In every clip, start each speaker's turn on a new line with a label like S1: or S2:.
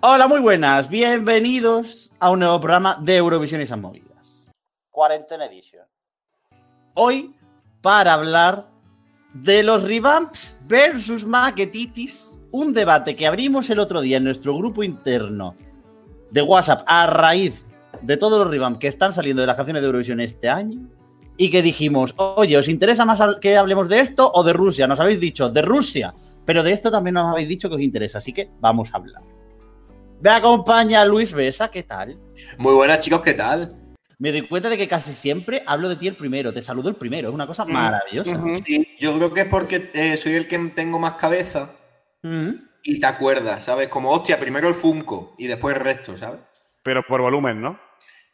S1: Hola, muy buenas. Bienvenidos a un nuevo programa de Eurovisión y esas movidas. Cuarentena Edition. Hoy, para hablar de los revamps versus maquetitis, un debate que abrimos el otro día en nuestro grupo interno de WhatsApp a raíz de todos los revamps que están saliendo de las canciones de Eurovisión este año y que dijimos, oye, ¿os interesa más que hablemos de esto o de Rusia? Nos habéis dicho, de Rusia, pero de esto también nos habéis dicho que os interesa, así que vamos a hablar. Me acompaña Luis Besa, ¿qué tal?
S2: Muy buenas, chicos, ¿qué tal?
S1: Me doy cuenta de que casi siempre hablo de ti el primero, te saludo el primero, es una cosa maravillosa.
S2: Ujú. Sí, yo creo que es porque eh, soy el que tengo más cabeza
S1: Mm.
S2: y te acuerdas, ¿sabes? Como, hostia, primero el Funko y después el resto, ¿sabes?
S3: Pero por volumen, ¿no?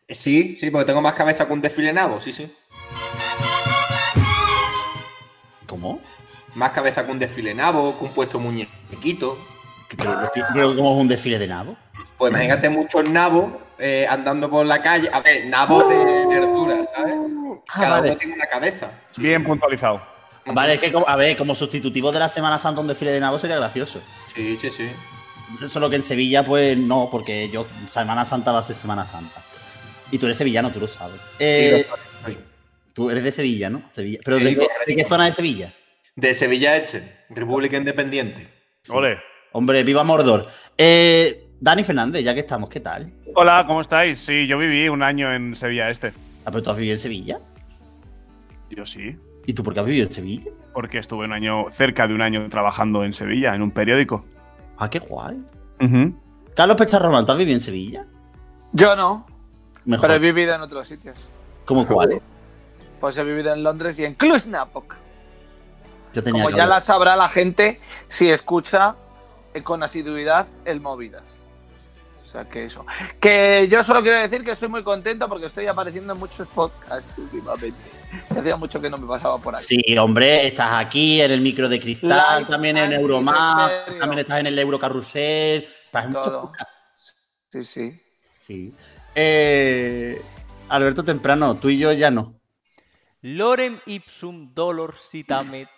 S2: Eh, Sí, sí, porque tengo más cabeza que un desfile nabo, sí, sí.
S1: ¿Cómo?
S2: Más cabeza que un desfile nabo, que un puesto muñequito.
S1: Pero, defi- pero ¿cómo es un desfile de nabo?
S2: Pues imagínate muchos nabos eh, andando por la calle. A ver, nabos de verdura, ¿sabes?
S1: Ah,
S2: Cada
S1: vale.
S2: uno tiene una cabeza.
S3: Bien puntualizado.
S1: Vale, es que como- a ver, como sustitutivo de la Semana Santa un desfile de nabo sería gracioso.
S2: Sí, sí, sí.
S1: Solo que en Sevilla, pues no, porque yo, Semana Santa va a ser Semana Santa. Y tú eres sevillano, tú lo sabes. Eh,
S2: Sí, lo soy.
S1: tú eres de Sevilla, ¿no? Sevilla. ¿Pero
S2: Sí,
S1: de, qué-
S2: correcto.
S1: de qué zona de Sevilla?
S2: De Sevilla Este, República Independiente.
S3: Ole.
S1: Hombre, viva Mordor. Eh, Dani Fernández, ya que estamos, ¿qué tal?
S3: Hola, ¿cómo estáis? Sí, yo viví un año en Sevilla Este.
S1: Ah, pero tú has vivido en Sevilla.
S3: Yo sí,
S1: ¿Y tú por qué has vivido en Sevilla?
S3: porque estuve un año, cerca de un año trabajando en Sevilla, en un periódico.
S1: Ah, qué guay.
S3: Ujú.
S1: Carlos Pestarromán, ¿tú has vivido en Sevilla?
S4: Yo no,
S1: Mejor.
S4: pero he vivido en otros sitios.
S1: ¿Cómo cuál?
S4: Pues he vivido en Londres y en Cluj-Napoc.
S1: Yo tenía
S4: Como
S1: que
S4: ya
S1: hablar.
S4: la sabrá la gente si escucha eh, con asiduidad el Movidas. O sea que eso. Que yo solo quiero decir que estoy muy contento porque estoy apareciendo en muchos podcasts últimamente. Hacía mucho que no me pasaba por ahí.
S1: Sí, hombre, estás aquí en el micro de cristal,
S4: Live
S1: también en
S4: and
S1: Euromap,
S4: Stereo.
S1: también estás en el Eurocarrusel, estás en muchos
S4: Todo.
S1: podcasts.
S4: Sí, sí.
S1: Sí. Eh, Alberto Temprano, tú y yo ya no.
S5: Lorem ipsum dolor sitamet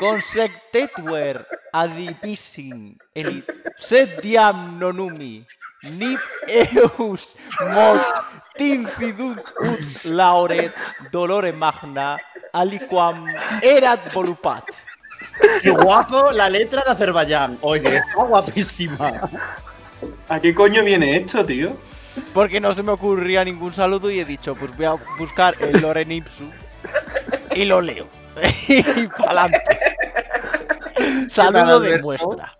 S5: consectetur adipissim elit sed diam nonumi nip eus mos tincidut ut lauret dolore magna aliquam erat volupat.
S1: ¡Qué guapo la letra de Azerbaiyán! Oye, está guapísima.
S2: ¿A qué coño viene esto, tío?
S5: Porque no se me ocurría ningún saludo y he dicho, pues voy a buscar el Lorem ipsum y lo leo. y pa'lante. Saludo de
S1: Alberto?
S5: muestra.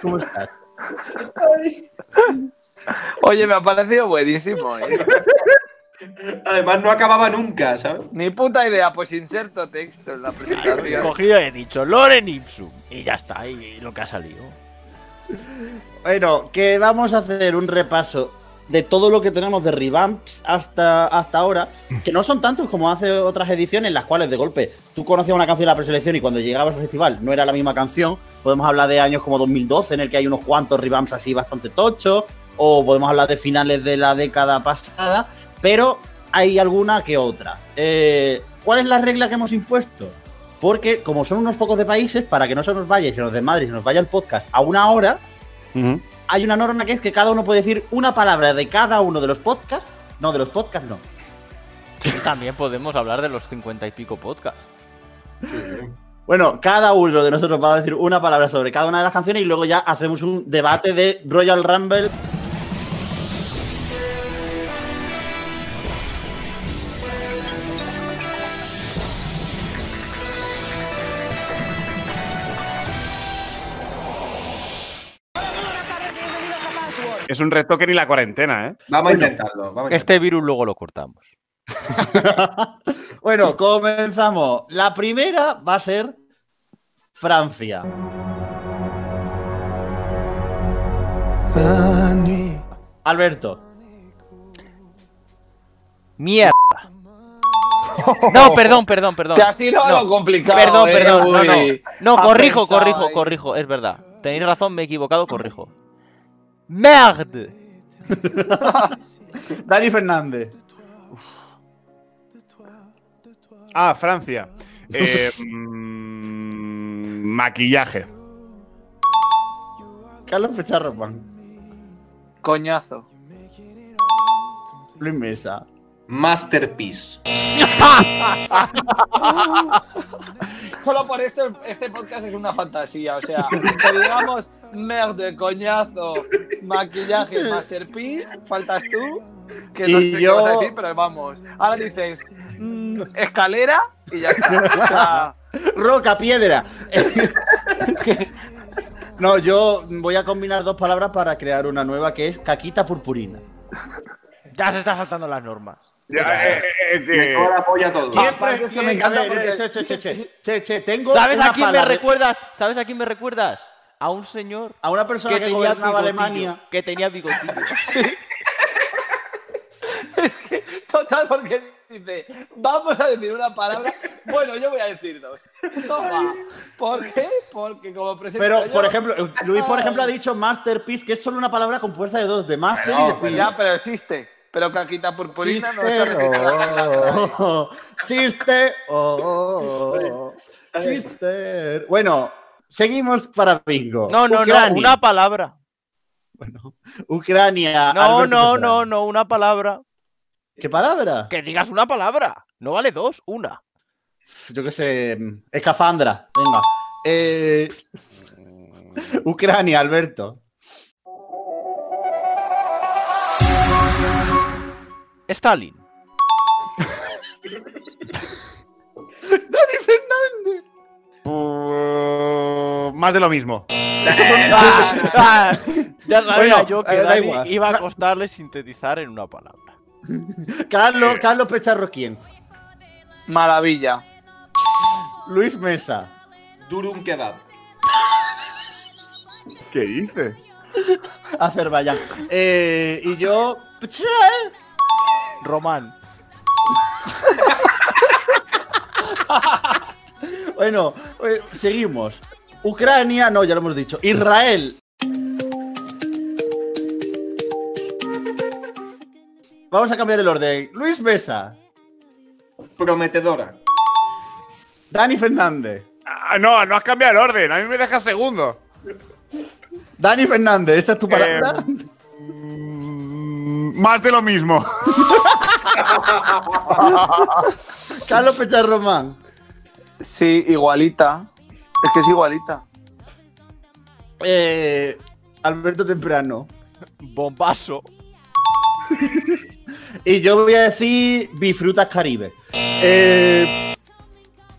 S1: ¿Cómo estás?
S4: Oye, me ha parecido buenísimo. ¿eh?
S2: Además, no acababa nunca, ¿sabes?
S4: Ni puta idea, pues inserto texto en la
S5: He
S4: presentación.
S5: cogido y he dicho Loren Ipsum y ya está, y, y lo que ha salido.
S1: Bueno, que vamos a hacer un repaso de todo lo que tenemos de revamps hasta, hasta ahora, que no son tantos como hace otras ediciones, las cuales de golpe tú conocías una canción en la preselección y cuando llegabas al festival no era la misma canción. Podemos hablar de años como 2012, en el que hay unos cuantos revamps así bastante tochos, o podemos hablar de finales de la década pasada, pero hay alguna que otra. Eh, ¿Cuál es la regla que hemos impuesto? Porque como son unos pocos de países, para que no se nos vaya y se nos desmadre y se nos vaya el podcast a una hora,
S3: Ujú.
S1: hay una norma que es que cada uno puede decir una palabra de cada uno de los podcasts. No, de los podcasts no.
S5: Y también podemos hablar de los cincuenta y pico podcasts.
S1: Bueno, cada uno de nosotros va a decir una palabra sobre cada una de las canciones y luego ya hacemos un debate de Royal Rumble.
S3: Es un reto que ni la cuarentena, ¿eh?
S2: Vamos a intentarlo. Vamos a
S5: Este virus luego lo cortamos.
S1: Bueno, comenzamos. La primera va a ser Francia. Alberto.
S5: Mierda. No, perdón, perdón, perdón.
S4: Te has ido a
S5: No.
S4: lo complicado.
S5: Perdón,
S4: ¿eh?
S5: perdón, no, no.
S4: Uy.
S5: No,
S4: Ha
S5: corrijo,
S4: pensado
S5: corrijo,
S4: ahí.
S5: corrijo, es verdad. Tenéis razón, me he equivocado, corrijo. Merde.
S1: Dani Fernández.
S3: Ah, Francia. Eh, mm, maquillaje.
S1: Carlos Pecharro Juan.
S4: Coñazo.
S1: Luis Mesa.
S2: Masterpiece.
S4: Solo por esto, este podcast es una fantasía. O sea, que digamos, merde, coñazo, maquillaje, masterpiece, faltas tú. Que no
S1: Y
S4: sé
S1: yo-
S4: qué vas a decir, pero vamos. Ahora dices, mm, escalera y ya está. O sea,
S1: Roca, piedra. no, yo voy a combinar dos palabras para crear una nueva que es caquita purpurina.
S5: Ya se está saltando las normas.
S3: Ya, eh, eh, es
S2: Me
S3: que-
S2: cago en la polla todo.
S1: Siempre
S4: parece que
S1: que
S4: me encanta
S1: a ver,
S4: porque-
S1: eh, che, che, che, che, che, tengo
S5: ¿Sabes
S1: una
S5: a quién me
S1: palabra-
S5: recuerdas? ¿Sabes a quién me recuerdas? A un señor
S1: A una persona que,
S5: tenía
S1: gobernaba
S5: bigotillo,
S1: Alemania.
S5: Que tenía bigotillo.
S4: total, porque dice, vamos a decir una palabra. Bueno, yo voy a decir dos. Toma. ¿Por qué? Porque como presento
S1: Pero,
S4: yo-
S1: por ejemplo, Luis, por ejemplo, ha dicho masterpiece, que es solo una palabra compuesta de dos, de master
S2: Pero,
S1: y de
S2: pero-
S1: piece.
S4: Ya, pero existe. Pero caquita purpurina no está registrada.
S1: Sister, oh, sister, oh, sister. Bueno, seguimos para bingo.
S5: No, no,
S1: Ucrania.
S5: no, una palabra.
S1: Bueno, Ucrania.
S5: No,
S1: Alberto
S5: no,
S1: Ferrer.
S5: no, no, una palabra.
S1: ¿Qué palabra?
S5: Que digas una palabra. No vale dos, una.
S1: Yo qué sé. mm, Escafandra. Venga. Eh, Ucrania, Alberto.
S5: Stalin.
S1: Dani Fernández.
S3: Uh, más de lo mismo.
S5: Ah, ya sabía
S1: Bueno,
S5: yo que
S1: eh, da
S5: Dani
S1: igual.
S5: iba a costarle sintetizar en una palabra.
S1: Carlos, Carlos Pecharro, ¿quién?
S4: Maravilla.
S1: Luis Mesa.
S2: Durum kebab.
S3: ¿Qué dice?
S1: Azerbaiyán. Eh, y yo.
S5: Román.
S1: Bueno, eh, seguimos. Ucrania, no, ya lo hemos dicho. Israel. Vamos a cambiar el orden. Luis Mesa.
S2: Prometedora.
S1: Dani Fernández.
S3: Ah, no, no has cambiado el orden. A mí me dejas segundo.
S1: Dani Fernández, ¿esta es tu palabra?
S3: Mm, más de lo mismo.
S1: Carlos Pechar Román.
S4: Sí, igualita. Es que es igualita.
S1: Eh, Alberto Temprano.
S5: Bombazo.
S1: Y yo voy a decir Bifrutas Caribe. Eh,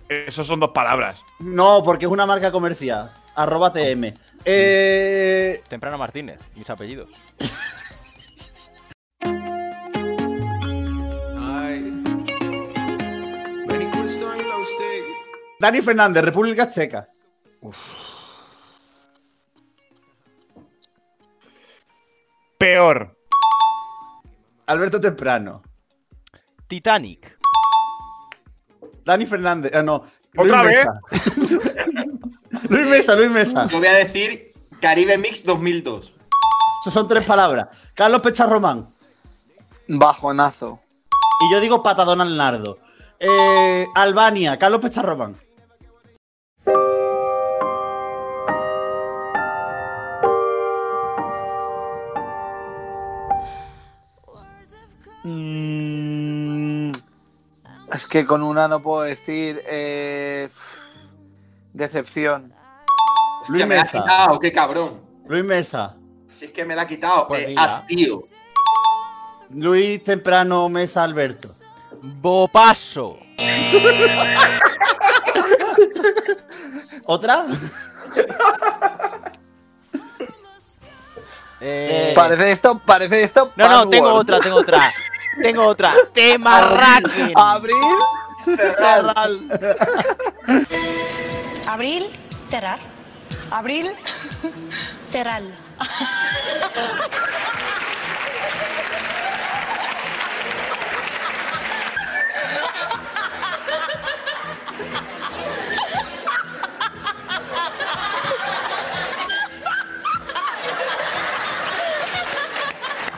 S3: Eso son dos palabras.
S1: no, porque es una marca comercial. Arroba TM. Eh,
S5: Temprano Martínez, mis apellidos.
S1: Dani Fernández, República Checa.
S3: Peor.
S1: Alberto Temprano.
S5: Titanic.
S1: Dani Fernández. Ah, no.
S3: ¿Otra vez?
S1: Mesa. Luis Mesa, Luis Mesa.
S2: Yo voy a decir Caribe Mix 2002.
S1: Eso son tres palabras. Carlos Pechar Román.
S4: Bajonazo.
S1: Y yo digo patadón al nardo. Eh, Albania, Carlos Pechar Román.
S4: Mm, es que con una no puedo decir. eh, decepción.
S1: Luis
S2: que me la ha
S1: Mesa.
S2: quitado, qué cabrón.
S1: Luis Mesa.
S2: Si es que me la ha quitado.
S5: Pues
S2: Eh,
S5: dila.
S2: hastío.
S1: Luis Temprano, Mesa, Alberto.
S5: Bopaso.
S1: ¿Otra?
S5: Eh,
S4: Parece esto, parece esto.
S5: No, no,
S4: password.
S5: tengo otra, tengo otra. tengo otra. Temarraken.
S4: Abrir.
S2: Cerrar.
S4: cerrar.
S6: Abril, cerrar. Abril, cerrar.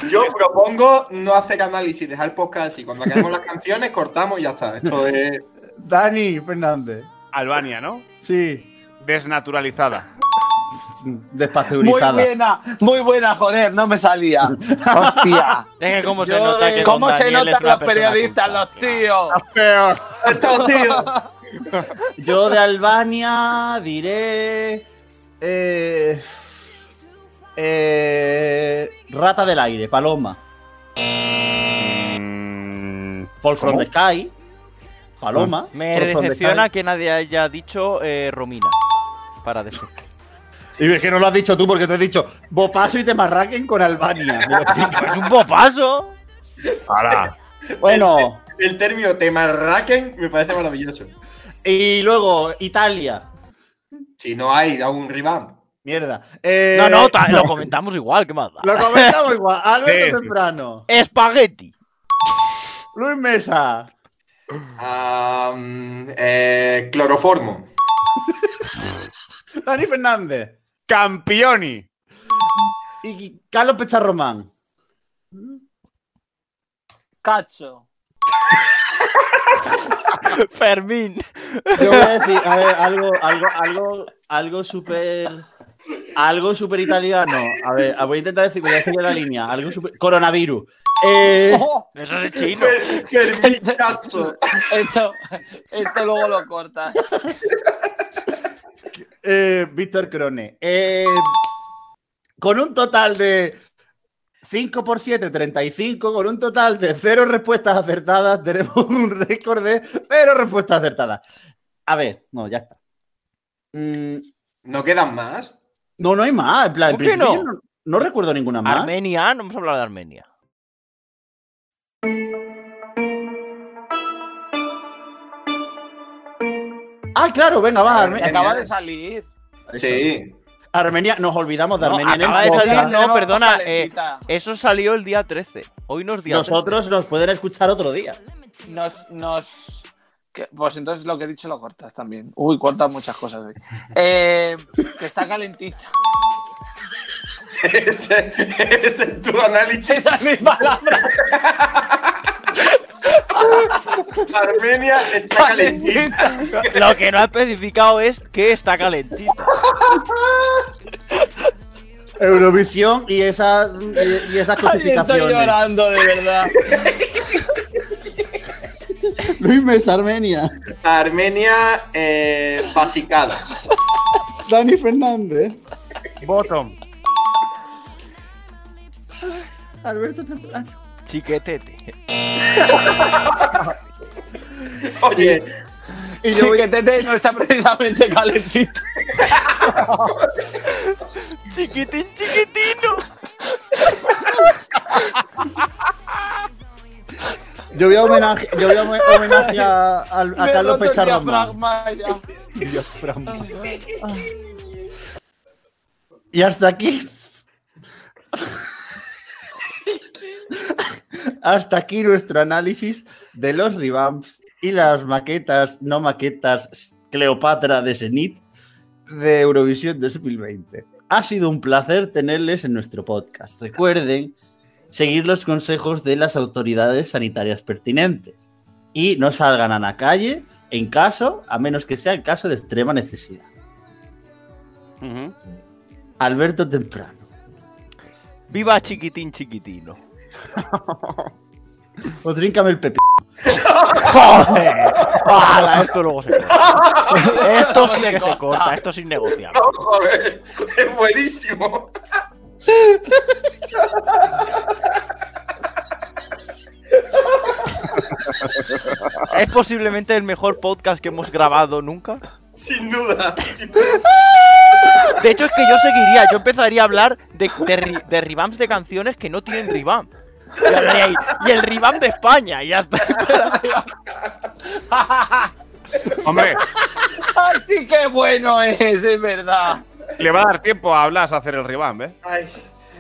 S2: Yo propongo no hacer análisis, dejar el podcast así. Cuando acabemos las canciones, cortamos y ya está. Esto es.
S1: Dani Fernández.
S3: Albania, ¿no?
S1: Sí.
S3: Desnaturalizada.
S4: Muy
S1: despasteurizada.
S4: buena, muy buena, joder, no me salía. Hostia.
S5: Es que cómo se
S1: Yo
S5: nota
S1: de-
S5: que don
S4: ¿Cómo se
S5: Daniel es
S4: notan
S5: una
S4: los
S5: persona Ah,
S4: periodistas,
S5: culta,
S4: los
S5: tío?
S4: tíos?
S3: Peor.
S2: Estos tíos.
S1: Yo de Albania diré. eh, eh, rata del aire, paloma.
S3: Mm,
S1: Fall from the sky. Paloma.
S5: Pues Me
S1: Fall from the
S5: decepciona
S1: sky.
S5: que nadie haya dicho eh, Romina. Para decir.
S1: Y es que no lo has dicho tú porque te he dicho Bopaso y te marraquen con Albania. Me lo explico.
S5: ¡Es un bopaso!
S3: Ahora,
S1: bueno,
S2: El término temarraquen me parece maravilloso.
S1: y luego Italia.
S2: Si no hay algún revamp.
S1: Mierda. Eh,
S5: No, no, ta- lo comentamos igual, ¿qué más da?
S1: Lo comentamos igual.
S3: Sí,
S1: Alberto
S3: sí.
S1: Temprano.
S5: ¡Espagueti!
S1: Luis Mesa.
S2: Ah, mm, eh, cloroformo.
S1: Dani Fernández.
S3: Campioni.
S1: Y Carlos Pecharromán.
S4: Cacho.
S5: Fermín.
S1: Yo voy a decir, a ver, algo, algo, algo, algo súper. Algo súper italiano. A ver, voy a intentar decir, voy a seguir la línea. Algo súper. Coronavirus. Eh,
S5: Eso es chino.
S2: Fer- Fermín Cazzo.
S4: Esto, esto luego lo cortas.
S1: eh, Víctor Crone. Eh, con un total de 5 por 7, 35. Con un total de 0 respuestas acertadas, tenemos un récord de 0 respuestas acertadas. A ver, no, ya está. Mm,
S2: ¿No quedan más?
S1: no, no hay más. En plan, en
S5: ¿Por qué
S1: principio yo
S5: no?
S1: no? no recuerdo ninguna más.
S5: Armenia, no hemos hablado de Armenia.
S1: Ah, claro, venga, va.
S4: Me
S1: Armenia.
S4: acaba de salir.
S2: Sí.
S1: Armenia, nos olvidamos de
S5: No,
S1: Armenia. en el
S5: acaba de salir,
S1: podcast.
S5: no,
S4: Tenemos
S5: perdona,
S4: una calentita.
S5: Eso salió el día 13. Hoy nos día 13.
S1: Nosotros nos pueden escuchar otro día.
S4: Nos, nos... que- Pues entonces lo que he dicho lo cortas también. Uy, cortas muchas cosas. hoy. Eh, que está calentita.
S2: ese, ese es tu análisis.
S4: Esa es mi palabra.
S2: Armenia está calentita.
S4: Calentita.
S5: Lo que no ha especificado es que está calentita.
S1: Eurovisión y esas, y, y esas
S4: Ay, estoy
S1: cosificaciones.
S4: llorando, de verdad.
S1: Luis Mesa, Armenia.
S2: Armenia eh, basicada.
S1: Dani Fernández.
S3: Bottom.
S1: Alberto Temprano.
S5: Chiquetete.
S2: Oye,
S1: Y
S4: Sí,
S1: yo voy
S4: que Tete no está precisamente calentito.
S5: Chiquitín, chiquitino.
S1: yo voy a homenaje, yo voy a homen- homenaje a, a- a
S4: Me he
S1: Carlos
S4: roto el
S1: Pecharromán.
S4: diafragma ya.
S1: Dios, Fran. Y hasta aquí. hasta aquí nuestro análisis de los revamps y las maquetas, no maquetas, Cleopatra de Zenit de Eurovisión de 2020. Ha sido un placer tenerles en nuestro podcast. Recuerden seguir los consejos de las autoridades sanitarias pertinentes y no salgan a la calle en caso, a menos que sea el caso de extrema necesidad. Alberto Temprano.
S5: Viva chiquitín, chiquitino.
S1: O tríncame el pepe.
S5: ¡Joder! ¡Hala! Ah, Esto luego se corta. Esto sí
S4: se
S5: que se
S4: corta.
S5: corta. Esto es innegociable.
S2: no, joder, es buenísimo.
S5: Es posiblemente el mejor podcast que hemos grabado nunca.
S2: Sin duda.
S5: De hecho, es que yo seguiría, yo empezaría a hablar de, de, re- de revamps de canciones que no tienen revamp. Y, hablaría ahí, "Y el revamp de España, y ya está.
S3: Hombre,
S4: Ay, sí, qué bueno es, es verdad.
S3: le va a dar tiempo a Blas a hacer el revamp, ¿eh?
S2: Ay,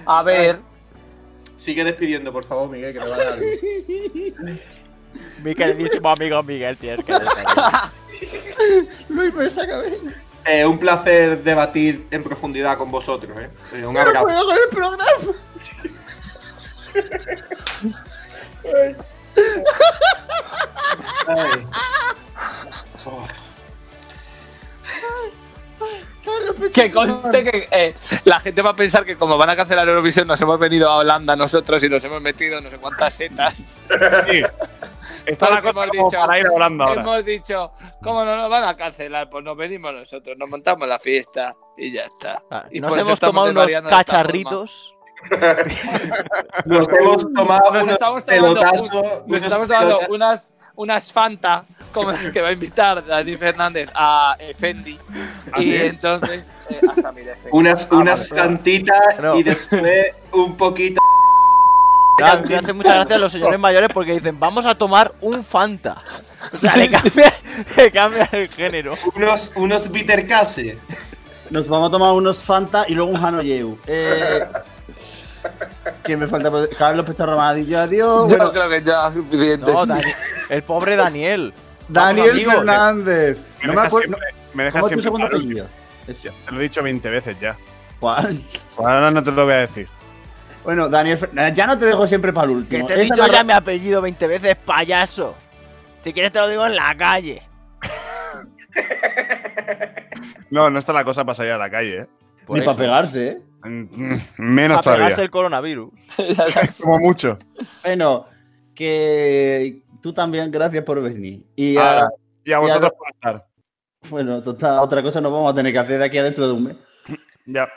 S4: A ver,
S2: sigue despidiendo, por favor, Miguel, que me va a dar. algo.
S5: Mi queridísimo amigo Miguel, tienes que despedir.
S1: Luis Mesa Cabello.
S2: Eh, un placer debatir en profundidad con vosotros. ¿eh? Eh, un abrazo.
S1: con el programa.
S2: Ay. Oh.
S1: Carlos
S4: Que conste que eh, la gente va a pensar que como van a cancelar Eurovisión nos hemos venido a Holanda nosotros y nos hemos metido no sé cuántas setas.
S3: Sí. Está la
S4: Porque
S3: cosa como para ir a Holanda ahora.
S4: Hemos dicho, ¿cómo no nos van a cancelar? Pues nos venimos nosotros, nos montamos la fiesta y ya está.
S5: Claro,
S4: Y
S5: Ah, Nos
S4: por eso
S5: hemos
S4: estamos
S5: tomado unos
S4: desvariando de esta
S5: cacharritos.
S2: Nos hemos tomado
S4: Nos
S2: unos
S4: estamos tomando
S2: pelotazos.
S4: Nos
S2: unos
S4: estamos dando
S2: pelotazos.
S4: unas, unas Fanta como las que va a invitar Dani Fernández a eh, Fendi.
S3: Así
S4: Y
S3: es.
S4: entonces eh, a Samir F.
S2: unas,
S4: Ah,
S2: unas
S4: vale.
S2: cantitas
S5: No.
S2: y después un poquito.
S5: Claro, me hace muchas gracias a los señores mayores porque dicen, vamos a tomar un Fanta. O sea, le, cambias, le cambias el género.
S2: Unos, unos bittercase.
S1: Nos vamos a tomar unos Fanta y luego un Hano Yeu. Eh, que me falta por- Carlos Pestarro Romadillo, adiós.
S4: Yo
S1: Bueno,
S4: creo que ya es suficiente.
S5: No, Dani- el pobre Daniel.
S1: Daniel
S5: amigos.
S1: Fernández.
S3: Me
S1: No me
S3: dejas
S1: acuerdo.
S3: siempre, me dejas
S1: ¿Cómo es tu
S3: siempre
S1: segundo
S3: para el
S1: apellido?
S3: último. Ya, Te lo he dicho 20 veces ya. Pues
S1: ¿Cuál?
S3: Ahora no te lo voy a decir.
S1: Bueno, Daniel Fernández. Ya no te dejo siempre para el
S5: Que
S1: último.
S5: te he
S1: Esa
S5: dicho
S1: narra-
S5: ya mi apellido 20 veces, payaso. Si quieres te lo digo en la calle.
S3: No, no está la cosa para salir a la calle, ¿eh? Por
S1: Ni
S3: eso.
S1: para pegarse, ¿eh?
S3: Mm, mm, Menos
S5: Para
S3: todavía.
S5: pegarse el coronavirus.
S3: Como mucho.
S1: Bueno, que tú también, gracias por venir. Y
S3: Ah,
S1: ah,
S3: Y a
S1: Y ahora-
S3: vosotros por estar.
S1: bueno, total, otra cosa nos vamos a tener que hacer de aquí a dentro de un mes.
S3: Ya.